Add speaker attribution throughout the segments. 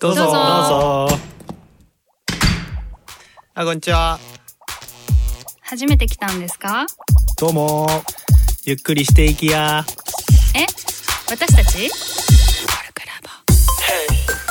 Speaker 1: どうぞ
Speaker 2: どうぞ
Speaker 1: あこんにちは
Speaker 2: 初めて来たんですか
Speaker 1: どうもゆっくりしていきや
Speaker 2: え私たち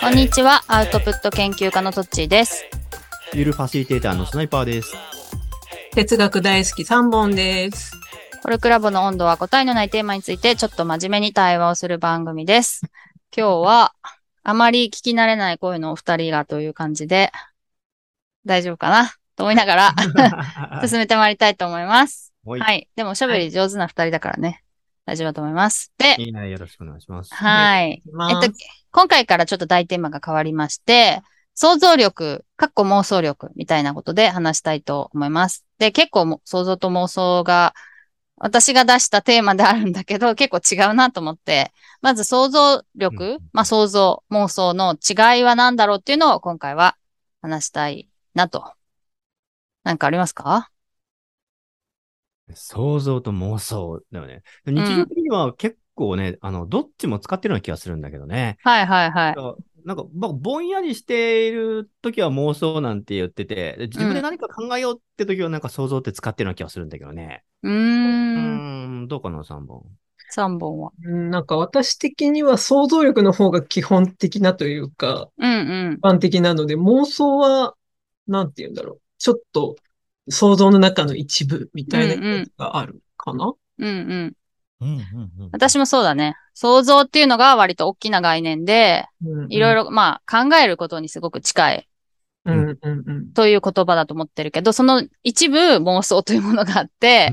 Speaker 3: こんにちは、アウトプット研究家のトッチーです。
Speaker 4: ゆるファシリテーターのスナイパーです。
Speaker 5: 哲学大好き3本です。
Speaker 3: コルクラボの温度は答えのないテーマについてちょっと真面目に対話をする番組です。今日は、あまり聞き慣れない声のお二人がという感じで、大丈夫かなと思いなが ら進めてまいりたいと思います。
Speaker 4: はい
Speaker 3: はい。でも、おしゃべり上手な二人だからね、大丈夫だと思います。で、
Speaker 4: いいね、よろしくお願いします。
Speaker 3: はい。
Speaker 5: ま
Speaker 3: えっと、今回からちょっと大テーマが変わりまして、想像力、かっこ妄想力みたいなことで話したいと思います。で、結構も想像と妄想が、私が出したテーマであるんだけど、結構違うなと思って、まず想像力、
Speaker 4: うん
Speaker 3: まあ想像、妄想の違いは何だろうっていうのを今回は話したいなと。なんかありますか
Speaker 4: 想像と妄想だよね。日常的には結構ね、あの、どっちも使ってるような気がするんだけどね。
Speaker 3: はいはいはい。
Speaker 4: なんか、まあ、ぼんやりしている時は妄想なんて言ってて、で自分で何か考えようって時はなんか想像って使ってるような気がするんだけどね。
Speaker 3: う
Speaker 4: うー
Speaker 3: ーん。
Speaker 4: ん、どうかな、3本。
Speaker 3: 3本は。
Speaker 5: うんなんか私的には想像力の方が基本的なというか、
Speaker 3: うんうん
Speaker 5: 一。般的なので、妄想は、なんて言うんだろう。ちょっと想像の中の一部みたいなやつがあるかな。
Speaker 3: うんうん。
Speaker 4: うんうんうん
Speaker 3: 私もそうだね。想像っていうのが割と大きな概念で、
Speaker 5: うん
Speaker 3: いろい。ろ、まあ、考えることにすごく近い
Speaker 5: うんうんうん。
Speaker 3: という言葉だと思ってるけど、その一部妄想というものがあって、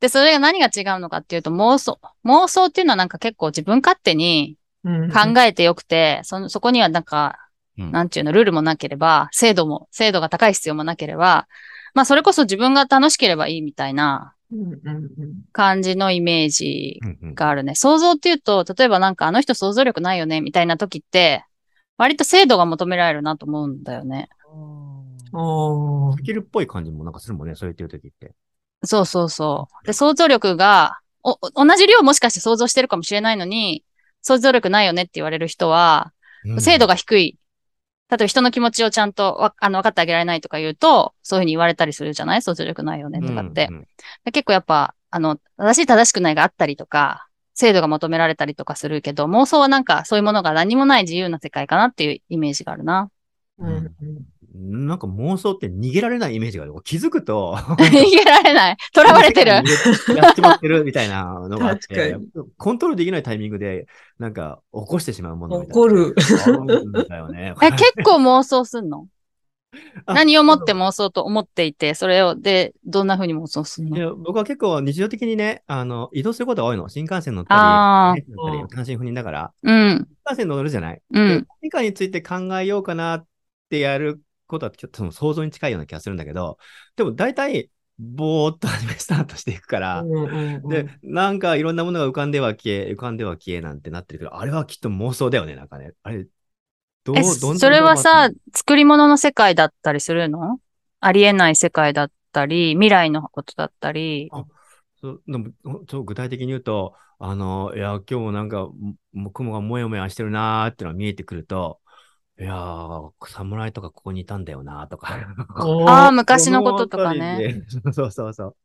Speaker 3: で、それが何が違うのかっていうと妄想。妄想っていうのはなんか結構自分勝手に
Speaker 5: うん
Speaker 3: 考えてよくて、そのそこにはなんか、
Speaker 4: うん
Speaker 3: なんていうの、ルールもなければ、精度も、精度が高い必要もなければ、まあ、それこそ自分が楽しければいいみたいな
Speaker 5: うんうんうん
Speaker 3: 感じのイメージ
Speaker 4: うんうん
Speaker 3: があるね。想像っていうと、例えばなんかあの人想像力ないよね、みたいな時って、割と精度が求められるなと思うんだよね。
Speaker 5: ああ
Speaker 4: ス。キルっぽい感じもなんかするもんね、そう言ってる時って。
Speaker 3: そうそうそう。で、想像力が、お、お同じ量もしかして想像してるかもしれないのに、想像力ないよねって言われる人は、精度
Speaker 4: が。
Speaker 3: が低い。例えば人の気持ちをちゃんとわあの分かってあげられないとか言うと、そういうふうに言われたりするじゃない想像力ないよねとかって。
Speaker 4: うんうん
Speaker 3: で結構やっぱ、あの、正しい正しくないがあったりとか、制度が求められたりとかするけど、妄想はなんかそういうものが何もない自由な世界かなっていうイメージがあるな。
Speaker 5: うんうん
Speaker 4: なんか妄想って逃げられないイメージがある。気づくと、
Speaker 3: 逃げられない。 囚われてる。。
Speaker 4: やっちまってるみたいなのがあっ
Speaker 5: 確
Speaker 4: て
Speaker 5: かに、
Speaker 4: コントロールできないタイミングで、なんか起こしてしまうものみたいな。
Speaker 5: 起こる。
Speaker 4: そうなんだよね
Speaker 3: え、結構妄想すんの
Speaker 4: あ
Speaker 3: 何をもって妄想と思っていて、それを、で、どんな風に妄想すん
Speaker 4: い
Speaker 3: の
Speaker 4: や僕は結構日常的にね、あの、移動することが多いの。新幹線乗ったり、
Speaker 3: あー
Speaker 4: 電車乗ったり、単身赴任だから、
Speaker 3: うん、
Speaker 4: 新幹線乗るじゃない。
Speaker 3: う
Speaker 4: で
Speaker 3: ん、
Speaker 4: 何かについて考えようかなってやることはちょっとその想像に近いような気がするんだけど、でも大体、ぼーっと始めスタートしていくから、
Speaker 5: うんうんうん
Speaker 4: で、なんかいろんなものが浮かんでは消え、浮かんでは消えなんてなってるけど、あれはきっと妄想だよね、なんかね。あれ、どう、
Speaker 3: え、
Speaker 4: どんな
Speaker 3: それはさ
Speaker 4: 動画、
Speaker 3: 作り物の世界だったりするのありえない世界だったり、未来のことだったり。
Speaker 4: そうでもそう具体的に言うと、あの、いや、今日もなんか、も雲がもやもやしてるなーってのが見えてくると、いやー、侍とかここにいたんだよなーとか。
Speaker 3: ああ、
Speaker 5: あ
Speaker 3: 昔のこととか
Speaker 4: この辺
Speaker 3: ね。
Speaker 4: りで。 そうそうそう。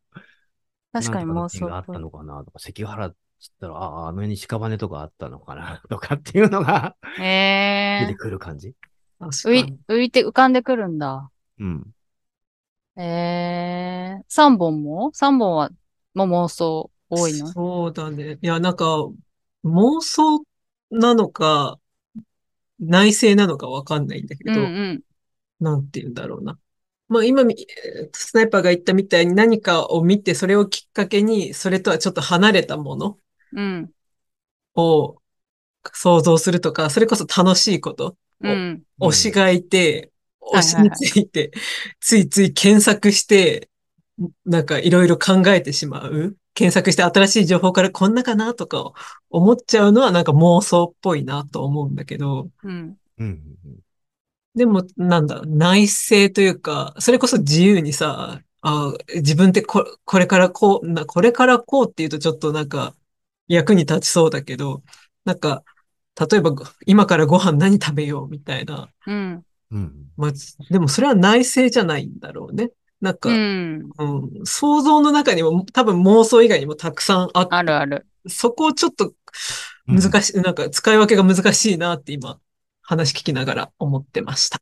Speaker 3: 確かに
Speaker 4: なん
Speaker 3: 妄
Speaker 4: とのシーンがあ
Speaker 3: 想
Speaker 4: っ
Speaker 3: と
Speaker 4: た。のかなとか、関ヶ原っつったら、ああ、あの辺に屍とかあったのかなとか っていうのが
Speaker 3: え
Speaker 4: 出て
Speaker 3: え
Speaker 4: くる感じ。
Speaker 3: 浮い浮いて、浮かんでくるんだ。
Speaker 4: うん。
Speaker 3: ええ三本も三本は、もう妄想多いの
Speaker 5: そうだね。いや、なんか、妄想なのか、内省なのかわかんないんだけ
Speaker 3: うんう
Speaker 5: ど、
Speaker 3: ん。
Speaker 5: なんて言うんだろうな。まあ今み、えースナイパーが言ったみたいに何かを見て、それをきっかけに、それとはちょっと離れたもの
Speaker 3: うん。
Speaker 5: を想像するとか、それこそ楽しいこと、
Speaker 3: うん。
Speaker 5: 推しがいて、
Speaker 3: はい
Speaker 5: 推しについて、ついつい検索して、なんかいろいろ考えてしまう。検索して新しい情報からこんなかなとか思っちゃうのはなんか妄想っぽいなと思うんだけど、
Speaker 3: うん。
Speaker 4: うんうんうん。
Speaker 5: でもなんだ、内省というか、それこそ自由にさ、あ自分ってこ、これからこうな、これからこうっていうとちょっとなんか役に立ちそうだけど、なんか例えばご今からご飯何食べようみたいな。
Speaker 3: うん。
Speaker 4: うん。
Speaker 5: まあ、でもそれは内政じゃないんだろうね。なんか、
Speaker 3: うん。
Speaker 5: うん、想像の中にも多分妄想以外にもたくさんあって、
Speaker 3: あるある。
Speaker 5: そこをちょっと難しい、なんか使い分けが難しいなって今話聞きながら思ってました。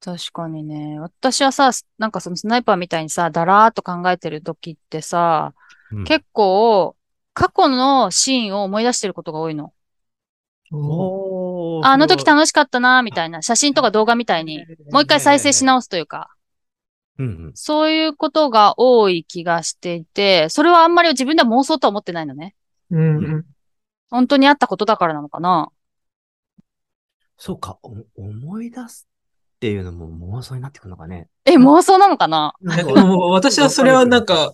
Speaker 3: 確かにね。私はさ、なんかそのスナイパーみたいにさ、だらーっと考えてる時ってさ、
Speaker 4: うん
Speaker 3: 結構、過去のシーンを思い出してることが多いの。
Speaker 4: おー
Speaker 3: ああの時
Speaker 4: それは
Speaker 3: 楽しかったな、みたいな。写真とか動画みたいに、もう一回再生し直すというか、
Speaker 4: うん
Speaker 3: そういうことが多い気がしていて、それはあんまり自分では妄想とは思ってないのね。
Speaker 5: うんうん。
Speaker 3: 本当にあったことだからなのかな。
Speaker 4: そうか、お思い出すっていうのも妄想になってくるのかね。
Speaker 3: え、妄想なのかな
Speaker 4: なんか
Speaker 5: で も私はそれはなんか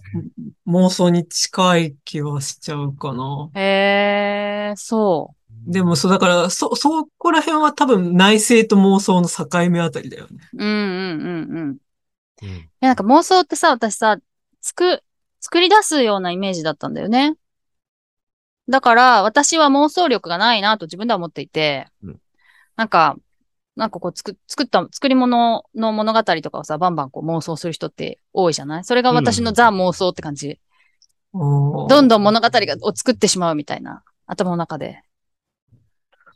Speaker 5: 妄想に近い気はしちゃうかな。
Speaker 3: へえー、そう。
Speaker 5: でも、そう、だから、そ、そこら辺は多分内政と妄想の境目あたりだよね。
Speaker 3: うんうんうんうん。
Speaker 4: うん
Speaker 3: え、なんか妄想ってさ、私さ、つく、作り出すようなイメージだったんだよね。だから、私は妄想力がないなと自分では思っていて、
Speaker 4: うん
Speaker 3: なんか、なんかこう、つく、作った、作り物の物語とかをさ、バンバンこう妄想する人って多いじゃないそれが私
Speaker 4: う
Speaker 3: の
Speaker 4: ん
Speaker 3: ザ妄想って感じ。
Speaker 5: ど
Speaker 3: どんどん物語が、を作ってしまうみたいな、頭の中で。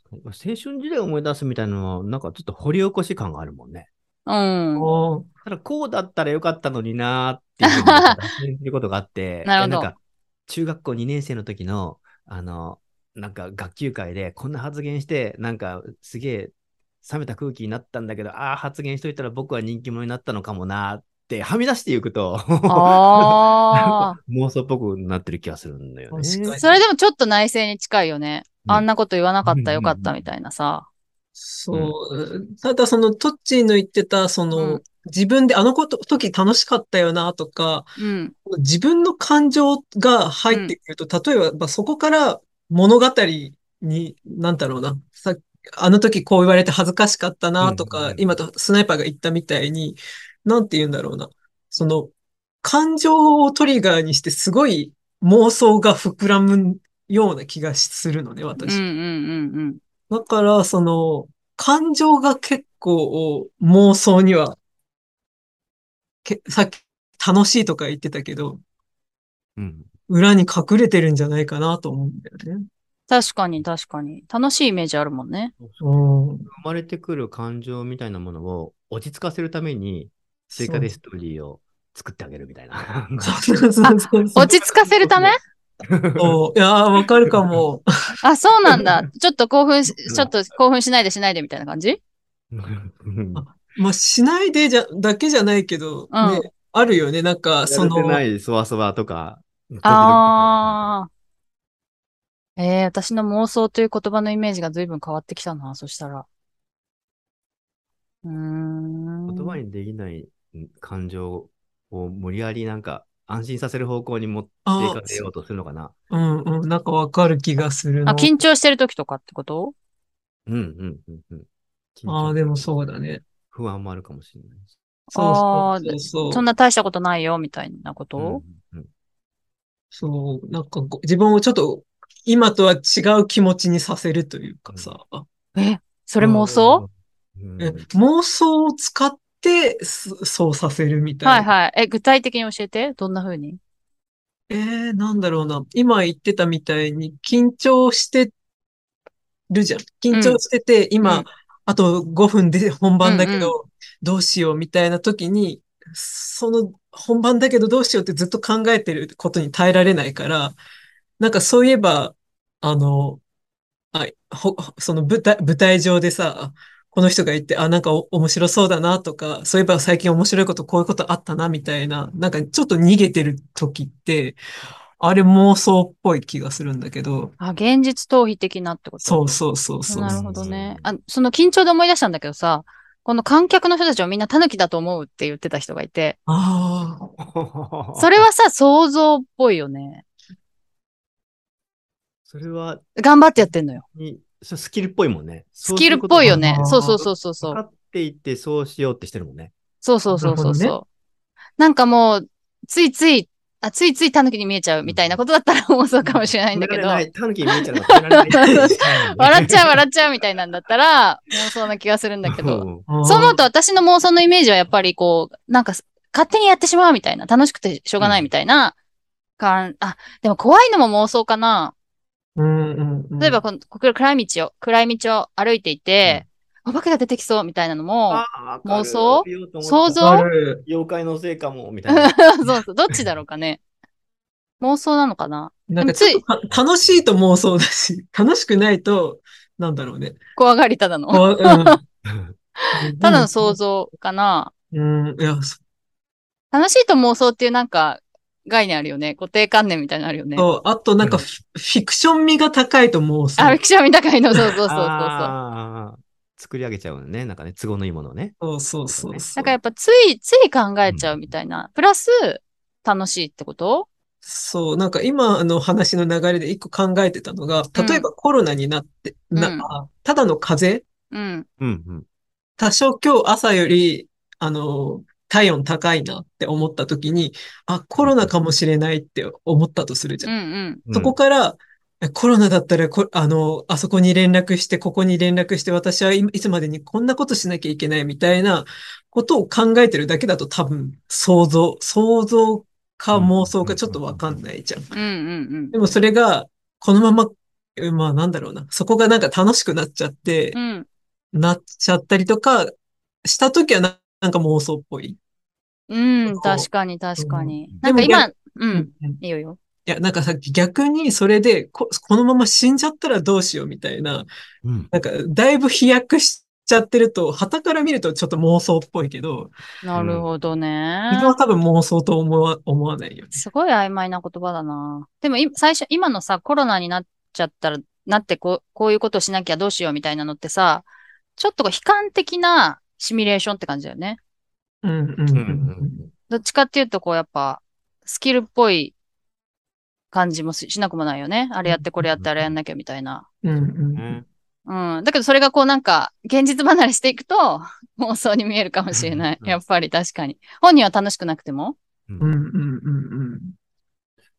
Speaker 4: 青春時代を思い出すみたいなのは、なんかちょっと掘り起こし感があるもんね。
Speaker 3: うん。、
Speaker 5: おー
Speaker 4: ただ、こうだったらよかったのになーっていうふうになんか脱線することがあって
Speaker 3: なるほど
Speaker 4: えんか、中学校2年生の時の、あの、なんか学級会でこんな発言して、なんかすげえ冷めた空気になったんだけど、ああ、発言しといたら僕は人気者になったのかもなーって、はみ出していくと、
Speaker 3: あ
Speaker 4: 妄想っぽくなってる気がするんだよね。
Speaker 5: 確か
Speaker 3: あ。
Speaker 5: に
Speaker 3: それでもちょっと内政に近いよね。
Speaker 4: うん
Speaker 3: あんなこと言わなかった、
Speaker 4: うん
Speaker 3: よかったみたいなさ。
Speaker 5: そう。ただそのトッチーの言ってた、その、
Speaker 3: うん
Speaker 5: 自分であのこと時楽しかったよなとか、
Speaker 3: うん。
Speaker 5: 自分の感情が入ってくると、例えばそこから物語に、なんだろうな、さあの時こう言われて恥ずかしかったなと
Speaker 4: うんうん
Speaker 5: か
Speaker 4: う、ん
Speaker 5: 今とスナイパーが言ったみたいに、なんて言うんだろうな、その、感情をトリガーにしてすごい妄想が膨らむような気がするのね、
Speaker 3: うんうん
Speaker 5: 私。
Speaker 3: うんうん。
Speaker 5: だから、その、感情が結構妄想には、け、さっき楽しいとか言ってたけど、
Speaker 4: うん。
Speaker 5: 裏に隠れてるんじゃないかなと思うんだよね。
Speaker 3: 確かに確かに。楽しいイメージあるもんね。
Speaker 5: うん。
Speaker 4: 生まれてくる感情みたいなものを落ち着かせるために、追加でストーリーを作ってあげるみたいな。
Speaker 5: そうそうそうそうそう。
Speaker 3: 落ち着かせるため
Speaker 5: そういやー、わかるかも。
Speaker 3: あ、そうなんだ。ちょっと興奮し、
Speaker 4: うん
Speaker 3: ちょっと興奮しないでしないでみたいな感じ
Speaker 4: うん
Speaker 5: まあ、しないでじゃ、だけじゃないけ
Speaker 3: う
Speaker 5: ど、
Speaker 3: ん
Speaker 5: ね、あるよね。なんか、そ
Speaker 4: やれて
Speaker 5: の、
Speaker 4: ないそわそわとか。
Speaker 3: ああ。ええー、私の妄想という言葉のイメージが随分変わってきたな、そしたら。うーん。
Speaker 4: 言葉にできない感情を無理やりなんか安心させる方向に持っていかせようとするのかな。
Speaker 5: うんうん、なんかわかる気がする
Speaker 3: あ、
Speaker 5: な。
Speaker 3: 緊張してる時とかってこと
Speaker 4: うんうんうんうん。
Speaker 5: ああ、でもそうだ。ね。
Speaker 4: 不安もあるかもしれないし。
Speaker 5: そうそうそうそう。
Speaker 3: そんな大したことないよ、みたいなこと、
Speaker 4: うんうん
Speaker 5: そう、なんかご自分をちょっと今とは違う気持ちにさせるというかさ、
Speaker 3: それ妄想、
Speaker 4: うん
Speaker 5: え妄想を使ってそそうさせるみた
Speaker 3: はいい
Speaker 5: な。
Speaker 3: はい。え、具体的に教えて。どんな風に
Speaker 5: えー、なんだろうな。今言ってたみたいに緊張してるじゃん。緊張してて、
Speaker 3: う
Speaker 5: 今
Speaker 3: ん、
Speaker 5: あと5分で本番だけど、どうしようみたいな時に、その本番だけどどうしようってずっと考えてることに耐えられないから、なんかそういえば、あの、あ、ほ、その舞台、舞台上でさ、この人がいて、あ、なんかお面白そうだなとか、そういえば最近面白いこと、こういうことあったな、みたいな、なんかちょっと逃げてる時って、あれ妄想っぽい気がするんだけど、
Speaker 3: あ、現実逃避的なってこと
Speaker 5: そうそうそうそう
Speaker 3: な
Speaker 5: そ
Speaker 3: る
Speaker 5: う。
Speaker 3: ほどね。
Speaker 4: う
Speaker 3: あ、その緊張で思い出したんだけどさ、この観客の人たちをみんな狸だと思うって言ってた人がいて、
Speaker 5: ああ、
Speaker 3: それはさ、想像っぽいよね。
Speaker 4: それは
Speaker 3: 頑張ってやってんのよ。
Speaker 4: にそれスキルっぽいもんね。
Speaker 3: スキルっぽいよね
Speaker 5: あ。ー
Speaker 3: そうそうそうそうそ
Speaker 4: 分か
Speaker 3: う。
Speaker 4: っていってそうしようってしてるもんね。
Speaker 3: そうそうそうそう
Speaker 5: なる
Speaker 3: そう。なんかもう、ついついあ、ついつい狸に見えちゃうみたいなことだったら妄想かもしれないんだ けど、笑
Speaker 4: タヌキ見えちゃうの止められな い
Speaker 3: っちゃう笑っちゃうみたいなんだったら妄想な気がするんだ けど、
Speaker 4: ど。
Speaker 5: あー
Speaker 3: そう思うと私の妄想のイメージはやっぱりこう、なんか勝手にやってしまうみたいな、楽しくてしょうがないみたいな、かん、あ、でも怖いのも妄想かな。
Speaker 5: うんうんうん
Speaker 3: 例えばこの、ここ暗い道を、暗い道を歩いていて、お化けが出てきそうみたいなのも、
Speaker 4: あー
Speaker 3: 妄想
Speaker 4: 明るいよと思った
Speaker 3: 想像
Speaker 5: ある
Speaker 4: 妖怪のせいかも、みたいな。
Speaker 3: そうそう、どっちだろうかね。妄想なのかな
Speaker 5: なんかちょっとか楽しいと妄想だし、 楽しくないと、なんだろうね。
Speaker 3: 怖がりただの。
Speaker 5: こううん
Speaker 3: ただの想像かな。
Speaker 5: うん、いや、そ
Speaker 3: 楽しいと妄想っていうなんか概念あるよね。固定観念みたいなのあるよね。
Speaker 5: う。あと、なんか
Speaker 4: うん
Speaker 5: フィ、フィクション味が高いと妄想。
Speaker 3: あ、くしゃみ高いの、そうそうそうそうそう。だ
Speaker 4: あー作り上げちゃうのね。なんかね、都合のいいものをね。
Speaker 5: そうそうそうそう。
Speaker 3: からやっぱついつい考えちゃうみたいな。プラス、楽しいってこと
Speaker 5: そう、なんか今の話の流れで一個考えてたのが、例えばコロナになって、な
Speaker 3: うん
Speaker 5: あただの風邪、
Speaker 3: うん。
Speaker 4: うんうん。
Speaker 5: 多少今日朝より、あの、体温高いなって思った時に、あ、コロナかもしれないって思ったとするじ
Speaker 3: う
Speaker 5: ゃ
Speaker 3: ん
Speaker 5: ん。
Speaker 3: うん。
Speaker 5: そこから、えコロナだったらこ、あの、あそこに連絡して、ここに連絡して、私はいいつまでにこんなことしなきゃいけないみたいなことを考えてるだけだと多分、想像、想像か妄想かちょっとわかんないじゃん。
Speaker 3: うんうん
Speaker 5: でもそれが、このまま、えまあなんだろうな、そこがなんか楽しくなっちゃって
Speaker 3: う、ん。うん。
Speaker 5: なっちゃったりとか、した時はななんか妄想っぽい。
Speaker 3: うん、
Speaker 5: そう
Speaker 3: 確かに確かに。
Speaker 4: うん
Speaker 3: なんか今、う、
Speaker 5: うんんい
Speaker 3: いいよいいよ。
Speaker 5: や、なんかさ、逆にそれでこ、このまま死んじゃったらどうしようみたいな、
Speaker 4: うん。
Speaker 5: なんかだいぶ飛躍しちゃってると、傍から見るとちょっと妄想っぽいけど、
Speaker 3: なるほどね。
Speaker 5: 自分は多分妄想と思わ思わないよね。
Speaker 3: すごい曖昧な言葉だな。でもい、最初、今のさ、コロナになっちゃったら、なってこう、こういうことしなきゃどうしようみたいなのってさ、ちょっとこう悲観的なシミュレーションって感じだよね。
Speaker 5: うんうんう
Speaker 4: うんん
Speaker 5: う
Speaker 4: うん
Speaker 5: ん。
Speaker 3: どっちかっていうと、こう、やっぱ、スキルっぽい感じもししなくもないよね。あれやって、これやって、あれやんなきゃみたいな。
Speaker 5: うんうん
Speaker 4: うんね。
Speaker 3: うん。だけど、それがこう、なんか、現実離れしていくと、 妄想に見えるかもしれないう
Speaker 4: ん
Speaker 3: やっぱり、確かに。本人は楽しくなくても。
Speaker 5: うんうんうんうん。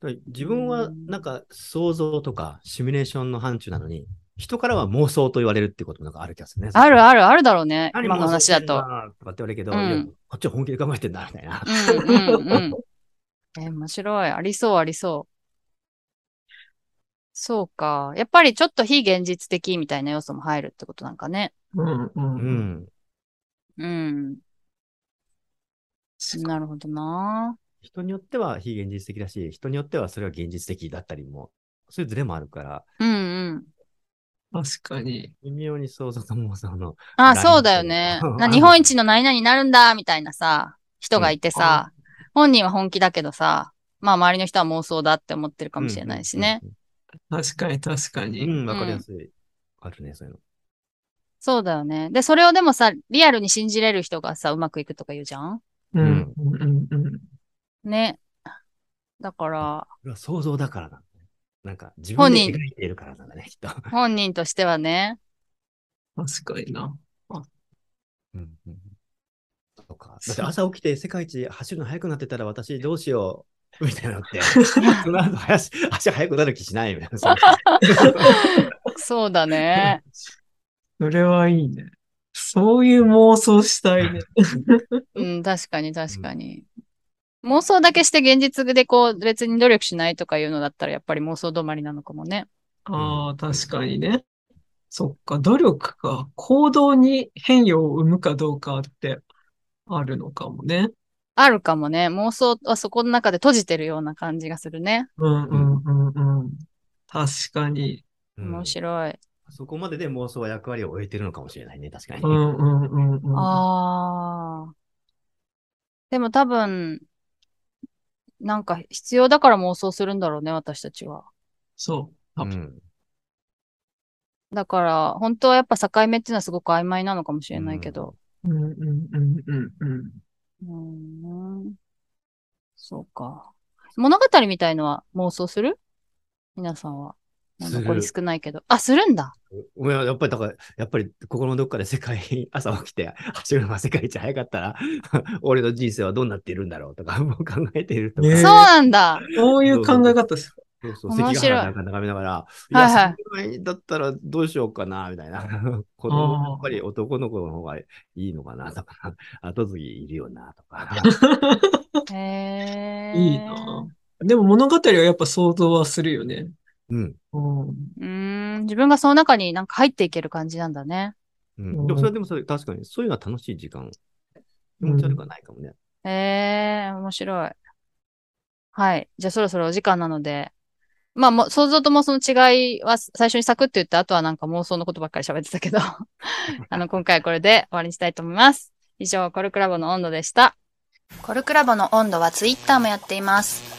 Speaker 4: だから自分はなんか想像とかシミュレーションの範疇なのに、人からは妄想と言われるってこともなんかある気がするね。
Speaker 3: ある
Speaker 4: る。
Speaker 3: あるあるだろうね。
Speaker 4: 何
Speaker 3: 今の話だと。
Speaker 4: 妄想してんなとかって言われるけど、
Speaker 3: うん
Speaker 4: いやこっちは本気で考えてんだ、みたいな。
Speaker 3: うんうんうん。 えー、面白い。ありそう、ありそう。そうか。やっぱりちょっと非現実的みたいな要素も入るってことなんかね。
Speaker 5: うんう
Speaker 4: うん
Speaker 5: うん。
Speaker 4: ん。
Speaker 3: うん。なるほどな。
Speaker 4: 人によっては非現実的だし、人によってはそれは現実的だったりも、そういうズレもあるから、
Speaker 3: うんうん。
Speaker 5: 確かに。
Speaker 4: 微妙に想像と妄想の。
Speaker 3: あ、
Speaker 4: ライン
Speaker 3: そうだよね
Speaker 4: という。か
Speaker 3: な日本一の何々になるんだ、みたいなさ、人がいてさ、本人は本気だけどさ、まあ周りの人は妄想だって思ってるかもしれないしね。
Speaker 5: 確かに確か
Speaker 4: う
Speaker 5: に。
Speaker 4: ん。うん、わかりやすい。あるね、そういうの。
Speaker 3: そうだよね。で、それをでもさ、リアルに信じれる人がさ、うまくいくとか言うじゃん
Speaker 5: うんうんうんうん。
Speaker 3: ね。だから、
Speaker 4: それは想像だからなんだね。なんか、自
Speaker 3: 本
Speaker 4: 分
Speaker 3: 人
Speaker 4: で描いているからなんだね、きっと。
Speaker 3: 本人としてはね。
Speaker 5: 確かにな。
Speaker 4: うんうんそうか。だって朝起きて世界一走るの速くなってたら私どうしようみたいなの って、その後足足速くなる気しないみたいなさ。
Speaker 3: そうだね。
Speaker 5: それはいいね。そういう妄想したいね。
Speaker 3: うん、確かに確かに。妄想だけして現実でこう、別に努力しないとかいうのだったら、やっぱり妄想止まりなのかもね。
Speaker 5: ああ、確かにね。そっか、努力か。行動に変容を生むかどうかってあるのかもね。
Speaker 3: あるかもね。妄想はそこの中で閉じてるような感じがするね。
Speaker 5: うんうんうんうん。確かに。
Speaker 4: うん
Speaker 3: 面白い。
Speaker 4: そこまでで妄想は役割を終えてるのかもしれないね、確かに。
Speaker 5: うんうんうんうん。
Speaker 3: ああ。でも多分、なんか必要だから妄想するんだろうね、私たちは。
Speaker 5: そう。多分
Speaker 4: ん
Speaker 3: だから、本当はやっぱ境目っていうのはすごく曖昧なのかもしれないけど。
Speaker 5: うんうんうんうんうん。
Speaker 3: うーん。そうか。物語みたいのは妄想する皆さんは。もう
Speaker 4: する
Speaker 3: 残り少ないけど。あ、するんだ。
Speaker 4: いや、やっぱりだから、やっぱり心のどっかで世界、 朝起きて走るのが世界一早かったら、 俺の人生はどうなっているんだろうとか、もう考えているとか。
Speaker 5: ねへえ
Speaker 3: そうなん だ。
Speaker 5: そういう考え方です。
Speaker 4: そうそう、
Speaker 3: 面白い
Speaker 4: 関ヶ原なんか眺めながら、
Speaker 3: はい
Speaker 4: い
Speaker 3: は
Speaker 4: や、
Speaker 3: い
Speaker 4: そのぐらいだったらどうしようかな、みたいな。 子供はやっぱり男の子の方がいいのかな、とか、 後継ぎいるよな、と か。
Speaker 3: へー
Speaker 5: いいなでも物語はやっぱ想像はするよね。
Speaker 4: うん。
Speaker 5: うん。
Speaker 3: うーん、自分がその中になんか入っていける感じなんだね。
Speaker 4: うん、でもそれでもそれ、確かに、そういうのは楽しい時間。気持ち悪くはないかもね。
Speaker 3: ええ面白い。はい。じゃあそろそろお時間なので。まあもう、想像と妄想の違いは最初にサクッと言って、あとはなんか妄想のことばっかり喋ってたけど、あの、今回はこれで終わりにしたいと思います。以上、コルクラボの温度でした。コルクラボの温度はツイッターもやっています。